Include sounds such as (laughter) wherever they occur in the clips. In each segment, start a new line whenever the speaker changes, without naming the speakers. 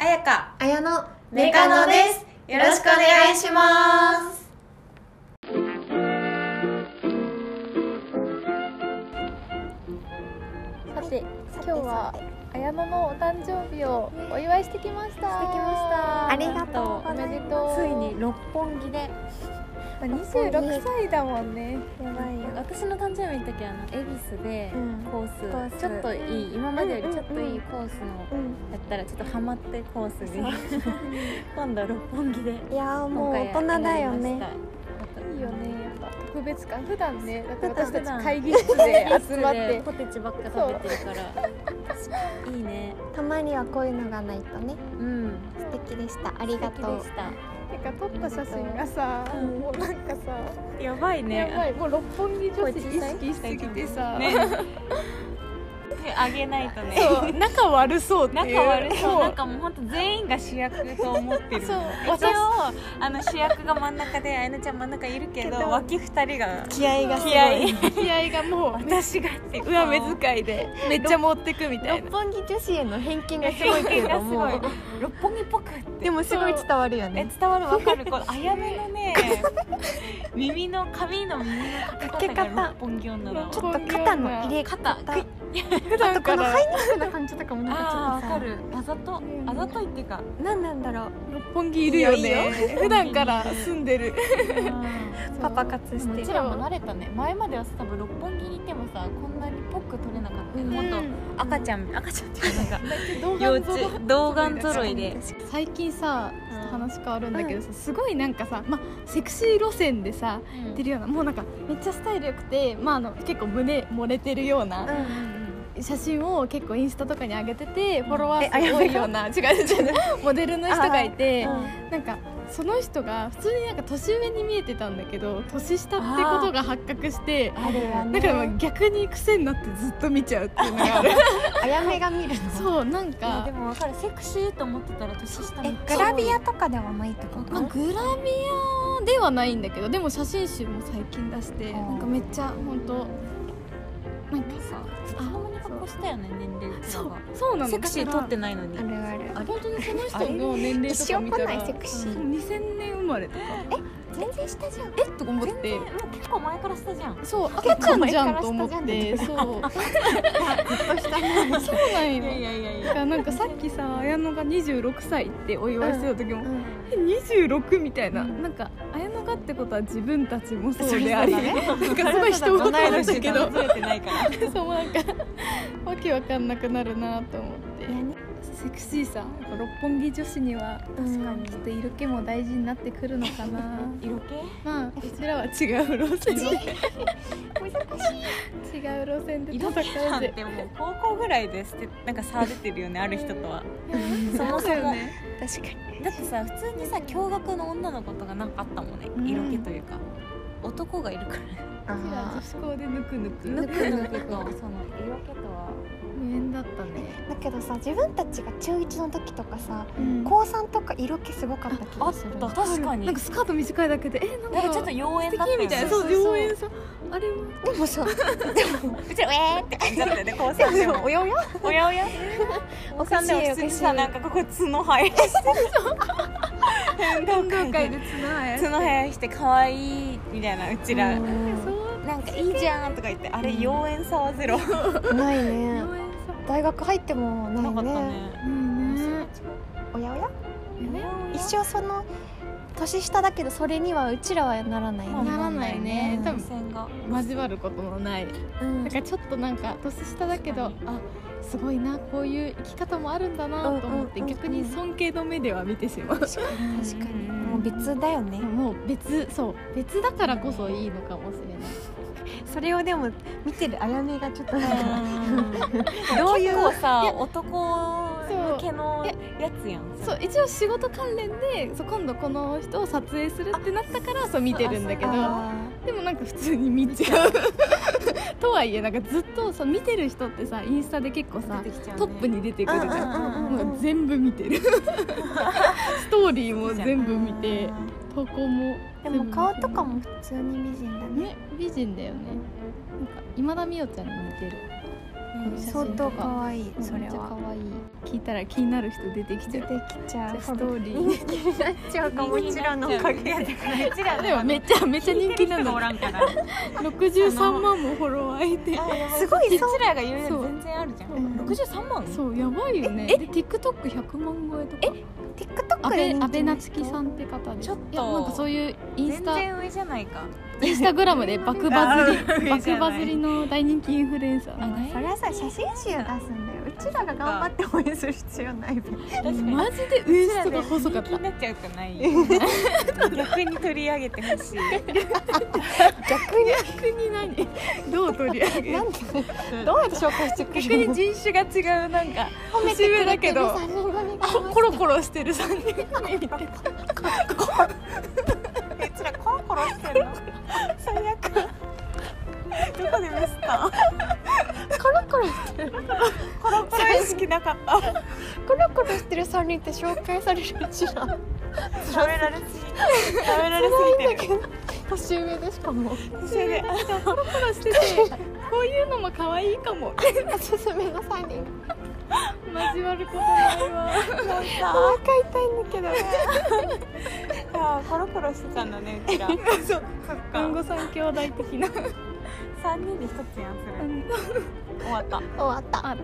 あやの
メカノですよろしくお願いします
さて今日は
さて
綾乃のお誕生日をお祝いしてきました。してきました
ありがとうございます
おめでとう。
ついに六本木で
二十六歳だもんね。やばいよ。
私の誕生日の時はあの恵比寿で
うん
コース,、
コース
ちょっといい今までよりちょっと
うんうん
い
うん
いコースの
うん
やったらちょっとハマってコースに (laughs) 今度は六本木で
いやーも
今
う
回
大人だよ
やりま
ね
した
いいよねやっぱ特別感普段ねだって
普段
私たち会議室で集まっ
で (laughs)
て
ポテチばっか食べてるからいいね
たまにはこういうのがないとね
うん
素敵でしたありが
素
と
敵
う
でした
てか撮った写真がさ
うん
もうなんかさ
やばいね
やばいもう六本木女子意識しすぎてさ
(laughs) ねあげないとね
そう仲悪そうっていう
仲悪そう
そ
なん
う
かもう本当全員が主役と思ってる
そう
一応あの主役が真ん中であやなちゃん真ん中いるけど
けど
脇二人が
気合がすごい
気合い
気合がもう
私がって
上目遣いでめっちゃ持ってくみたい
六
な
本木女子への偏見がすごいけれども
偏見がす六本木っぽくって
でもすごい伝わるよ
え
ね
伝わるわかるこのあやめのね耳の髪の耳のかけ方が六本木女だわ
ちょっと肩の入れ方
肩
あ
普段
とこ
か
の
ら
ハイネックな感じとかもなん
あ
か
ー
ちょ
わ
っと
か
さ
るあざとあざといっていうか
何なんだろう
六本木いるよね
いいよい
普段から住んでる
パパ活して
うちらも慣れたね前まではさ多分六本木にいてもさこんなにぽく取れなかったよ
う
ね
ん
ほんと赤ちゃん赤ちゃんっていうのが (laughs)
動
幼
画
稚童顔揃いで
最近さちょっと
うん
話変わるんだけどさ、すごいなんかさ、ま、セクシー路線でさ
うん
出るようなもうなんかめっちゃスタイル良くて、まあ、あの結構胸漏れてるよう
う
なん写真を結構インスタとかに上げててフォロワー
えあ
数
や
多
めろ
いような違う違うモデルの人がいて
うん
なんかその人が普通になんか年上に見えてたんだけど年下ってことが発覚して
あるわ
だ
ね
から逆に癖になってずっと見ちゃうっていうのがある
あやめが見るの
そうなん
いや
(laughs) か
でも分かるセクシーと思ってたら年下め
え
っち
グ
ゃ
ラビアとかではないってこ
まあ、
と
グラビアではないんだけどでも写真集も最近出して
あー
なんかめっちゃ本当なんかさ
子供に格好したよね年齢とか
そう
が
そうなの
セクシー
だか
取
ら
ってないのに
あるある
本当にその
あれ
人の年齢と
一
か
生
見
来
た
な
ら
いセクシ
そう
ー
2000年生まれとか
全然下じゃん
えっと思っ
全
て
然もう結構前からしたじゃん
そう赤ちゃんじゃんと思っ
結構前
て
か
そうそう
下
なんよ
やいやい
だ
(laughs)
からなんかさっきさ綾乃が26歳ってお祝いしてた時も、
うん
え26みたいな、
うん
なんか綾乃がってことは自分たちもそう
そう
で
だ
あり、
ね
なんかすごい人ごとなんだけど
ずれてないから
(laughs) そうなんかわけわかんなくなるなと思って
いやね
セクシーさやっぱ六本木女子には
確かに
ちょっと色気も大事になってくるのかな (laughs)
色
まあうちらは違う路線で違う路線で
気
戦
色気な
うんぜ
てもう高校ぐらいで捨てなんか差出てるよねある人とはそもそ
(laughs) そうよ
も
ね
確かに
だってさ普通にさ驚愕の女の子とかなんかあったもんね、
うん
色気というか男がいるから
うちら女子校でぬくぬ
(laughs)
く
ぬくぬくとその色気とは
無縁だったね、
だけどさ自分たちが中1の時とかさ
こ
高3とか色気すごかった気がする
あった確かに
なんかスカート短いだけでえなん
なんか
か
ちょっと妖艶だったよね
みたいな
そ
そうう
そうそう
妖艶さあれも
でもさでも
うちらウェーって感じだったよね高
で
三
も
で
で
も
もおよよ
おやおや
お
お
か
か
しい
しい普通にさ
おかし
ないんかここ角生えして運
運動会でつ (laughs) な
(laughs)
い
角生えして可愛いみたいなうちら
う
なんんかいいじゃんとか言ってあれ
うん
妖艶さはゼロ
ない
妖艶
ね
さ
大学入ってもないね
うん
おやおや
ね
一生その年下だけどそれにはうちらはならないね、
まあならないね
多
分
線が
交わることのない
うん
なんかちょっとなんか年下だけど
確
あすごいなこういう生き方もあるんだなと思って
うんうんうんうん
逆に尊敬の目では見てし (laughs) まう
確かにもう別だよね
もう別そう別だからこそいいのかもしれない
それをでも見てるあやめがちょっとなんか
(laughs) どういう結構さ男向けのやつやん
そう一応仕事関連でそう今度この人を撮影するってなったからそう見てるんだけど
あ
でもなんか普通に見ちゃう (laughs) とはいえなんかずっとさ見てる人ってさインスタで結構さ
出てきちゃうね
トップに出てくるじゃん
うんうんうんうん
(laughs) もう全部見てるストーリーも全部見
いいじ
て
ゃん
とここも
でも顔とかも普通に美人だね
ね美人だよねなんか今田美桜ちゃんに似てる
うん
ね
相当可愛いそ
め
れ
っちゃ可
は
愛い聞いたら気になる人出てきち
出
ゃ
て
う
きちゃう
ストーリー (laughs)
人気になっちゃうかもちろんのおかげで
うちら
でもめっ
ち
ちゃめっちゃ人気なん
お
だ
らんから
63万もフォロワーいて
すごいそう
ちらが言う
そ
よ
う
り全然あるじゃ
うんん
63万
そうやばいよねで TikTok100 万超えとか
TikTok
安倍
で人気
安倍
な
な
人
つきさんって方で
ちょっと
いやなんかそういうインス
全
タ
然上じゃないか
インスタグラム (laughs) でバクバズり
あ
バクバズりの大人気インフルエンサ
あ
ー
ない
それはさ写真集出すんだようちらが頑張って応援する必要ないべ
確かに
マジでウエ
うち
ス
ら
ト
で
が細か
人
っ
気
た
になっちゃうとないよね逆に取り上げてほしい
逆に何 (laughs) どう取り上げる
なんでどうやって紹介してく
逆
れる
に
の
人種が違うなんか
褒めてくれて
年上
る
だ
三人組が
コロコロしてる3人組みたいな
えちらコロコロしてるの最悪どこでミスった
コロコロ
コロコロ意識なかった
コロコロしてる3人って紹介されるうちら辛
食べられすぎ食べられ
いん
す
だ
ぎて
けど年上でしかも
るそれであ
コロコロしててこういうのも可愛いかも
(laughs) おすすめの3人
交わることないわ
なん
お
か
腹痛いんだけど
あコロコロしてたんだねうちら
そう
そっ
看護
か
三兄弟的な
三人で一つやんそれ終わった
(laughs) 終わった
あ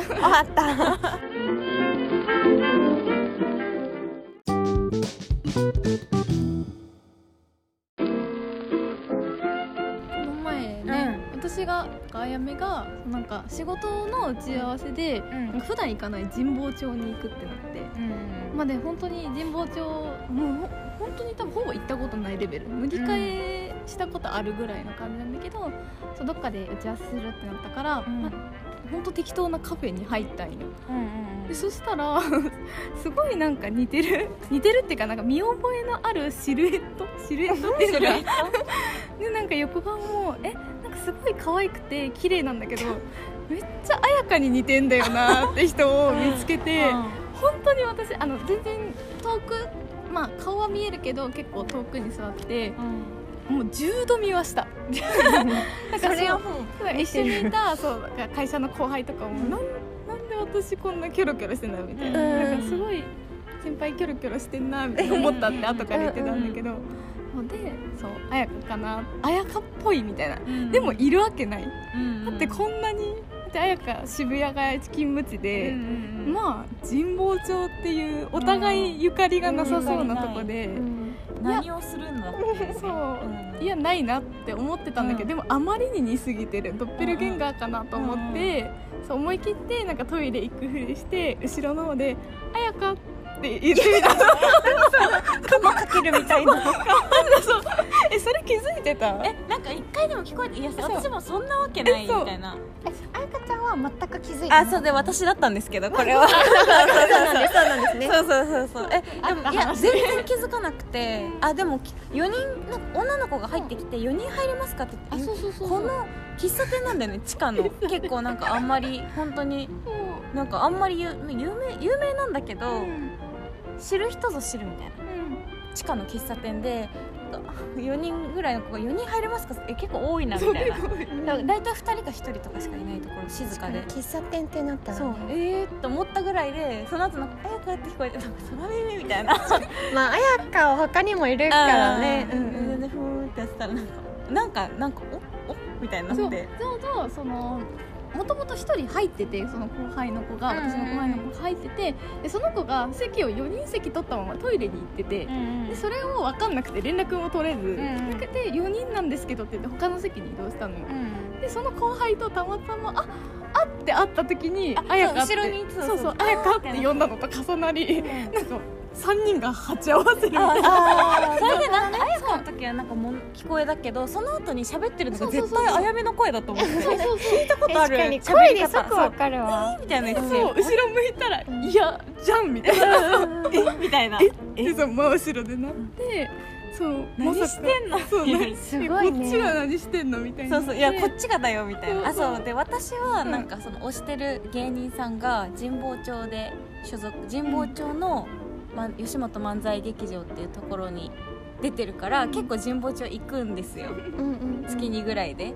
終わった
この前ね、私があやめがなんか仕事の打ち合わせで、
うん
なんか普段行かない神保町に行くってなって
うん
まあね本当に神保町もうほ本当に多分ほぼ行ったことないレベル脱ぎ替えしたことあるぐらいの感じなんだけど、そうどっかで打ち合わせするってなったから、
うん
まあ本当適当なカフェに入ったんよ
うん
でそしたら (laughs) すごいなんか似てる (laughs) 似てるっていうかなんか見覚えのあるシルエットシルエットっていうか (laughs) でなんか横顔もえなんかすごい可愛くて綺麗なんだけどめっちゃ彩香に似てんだよなって人を見つ
(laughs)
けて、本当に私あの全然遠くまあ顔は見えるけど結構遠くに座ってもう10度見はしたなん
そ
か
れ
れ
は
を
もう
一緒にいたそうだから会社の後輩とかも、なんなんで私こんなキョロキョロしてんだみたいな,、
うん
なんかすごい先輩キョロキョロしてんなみたいな思ったって後から言ってたんだけど、でそう彩香かな彩香っぽいみたいなでもいるわけない、だってこんなにだって彩香渋谷がチキンムチで、
ま
まあ神保町っていうお互いゆかりがなさそうなとこで、
何をするんだって
そう
うん (laughs)
いやないなって思ってたんだけど、
うん
でもあまりに似すぎてるドッペルゲンガーかなと思って、そう思い切ってなんかトイレ行くふりして後ろの方で「彩香」って言ってみた
玉かけるみたいな
(laughs) えそれ気づいてた
(laughs) えなんか一回でも聞こえていや
う
私もそんなわけないみたいな
えあやかちゃんは全く気づいてない
あそうで私だったんですけどこれはそう
なんですそうなんですね
(laughs) そうそうそうえでもいや
あった話
全然気づかなくてあでも4人なんか女の子が入ってきて4人入れますかって言って
うそうそ
この喫茶店なんだよね地下 (laughs) の結構なんかあんまり本当になんかあんまり有有名有名なんだけど、知る人ぞ知るみたいな地下の喫茶店で4人ぐらいの子が4人入れますかえ結構多いなみたいなだから大体2人か1人とかしかいないところ静かで
喫茶店ってなったら
そう
ね
えー、と思ったぐらいでその後なんか「えこうやって聞こえてなんか空耳」みたいな
まああやかは他にもいるからね
う
うんん
うん
う
全
ん
然ふーんってやってたらなんかなんかなんかおおみたいにな
そ
っ
う
て
ちょうどそのもともと1人入っててその後輩の子が、
うんうんうん
私の後輩の子が入っててでその子が席を4人席取ったままトイレに行ってて、でそれを分かんなくて連絡も取れず、
んうん
で4人なんですけどって言って他の席に移動したのよでその後輩とたまたまああって会った時に
あ
「あやか」っ
そ
て
う後ろにそうそう
そうそう「あやか」って呼んだのと重なりなんか3人が鉢合わせるみたいな
あーそれでなんか綾子の時はなんかも聞こえだけどその後に喋ってるのが絶対あやめの声だと思って聞
(laughs) そうそうそう
いたことあ
確
る
かに
喋
声
り
で
方
即わかるわ
そうみたいなやつ
そう後ろ向いたら「いやじゃん」みたいな
えみたいな
でそう真後ろでなってそう
何
ま
し
さか
てんの
そう何
すごい
こ
ね
っちは何してんのみたい
そ
な
うそういや
で
こっちがだよみたいなあ
そうそう
そうで私はなんかその推してる芸人さんが神保町で所属神保町のま、吉本漫才劇場っていうところに出てるから、結構神保町行くんですよ
うんうん
月にぐらいで。
ん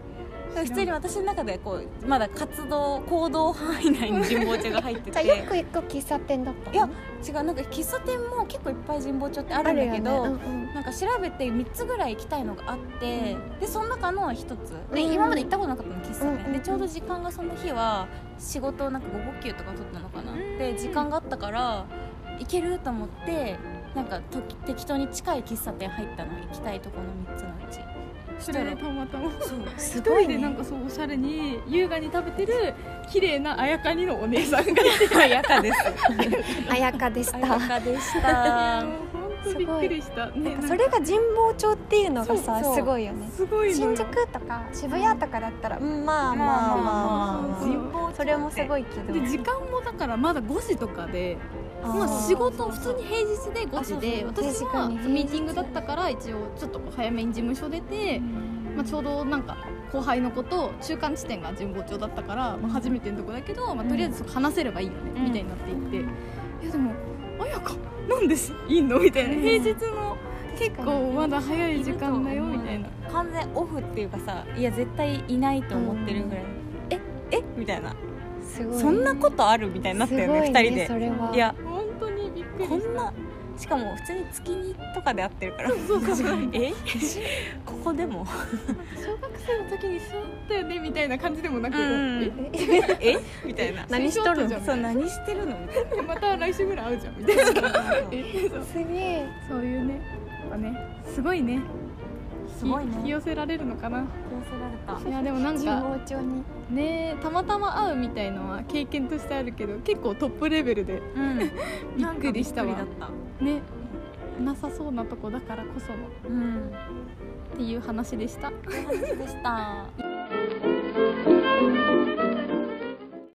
普通に私の中ではこうまだ活動行動範囲内に神保町が入って (laughs)
じゃあ
て
よく行く喫茶店だったの
いや違うなんか喫茶店も結構いっぱい神保町ってあるんだけど、
あるよねうんうん
なんか調べて3つぐらい行きたいのがあって、でその中の1つで、
うん
今まで行ったことなかったの喫茶
うん
店、
うんうん
でちょうど時間がその日は仕事なんか午後休とか取ったのかな、
うん
で時間があったから行けると思ってなんかと適当に近い喫茶店入ったの行きたいとこの3つのうち
それでたまたま
そう
す
一
ごい
人
ね
でなんかそうおしゃれに優雅に食べてる綺麗なあやかにのお姉さんがい
あやかです
あやかでし
あ
た
やかでしたた
もう本当びっくりしたね
それが神保町っていうのがさ
そうそう
すごいよね
すごいの
新
よ
宿とか渋谷とかだったら、 (laughs) うん、ま
まあまあ
あまあまあ
ま
ま
あ
あ、
まあ
それもすごいけど
で時間もだからまだ5時とかでまあ
ー
仕事普通に平日で5時で
そうそう
私
確か
は
に
ミーティングだったから一応ちょっとこう早めに事務所出て、まあ、ちょうどなんか後輩の子と中間地点が神保町だったから、まあ、初めてのとこだけど、まあ、とりあえずそこ話せればいいよね、
うん
みたいになっていって、いやでもあやかなんですいいのみたいな平日の結構まだ早い時間だよみたいな
完全オフっていうかさいや絶対いないと思ってるぐらい、ええみたいな
すごい
そんなことあるみたいになったよね
す
二
ごい
人で
それはい
や
本当にびっくり
こ
し
んなしかも普通に月にとかで会ってるから
たそうそうそう
えここで
(laughs)
も
小学生の時にそうだったよねみたいな感じでもなく、
うん
え
えみたいな
何しとるの
水曜日じ
そ
ゃ
うん何して
(laughs)
るのみたい
また来週ぐらい会うじゃんみたいな
な
えそう
すげえ
そういうねやっぱねすごいね
すごいね
引き寄せられるのかな
せられた
いやでもなん
神
か
保町に
ねたまたま会うみたいのは経験としてあるけど結構トップレベルで
うん
びっくりしたわ
なんかびっくりだっ
ねなさそうなとこだからこそのった
うん
ていう話でした
そういう話でした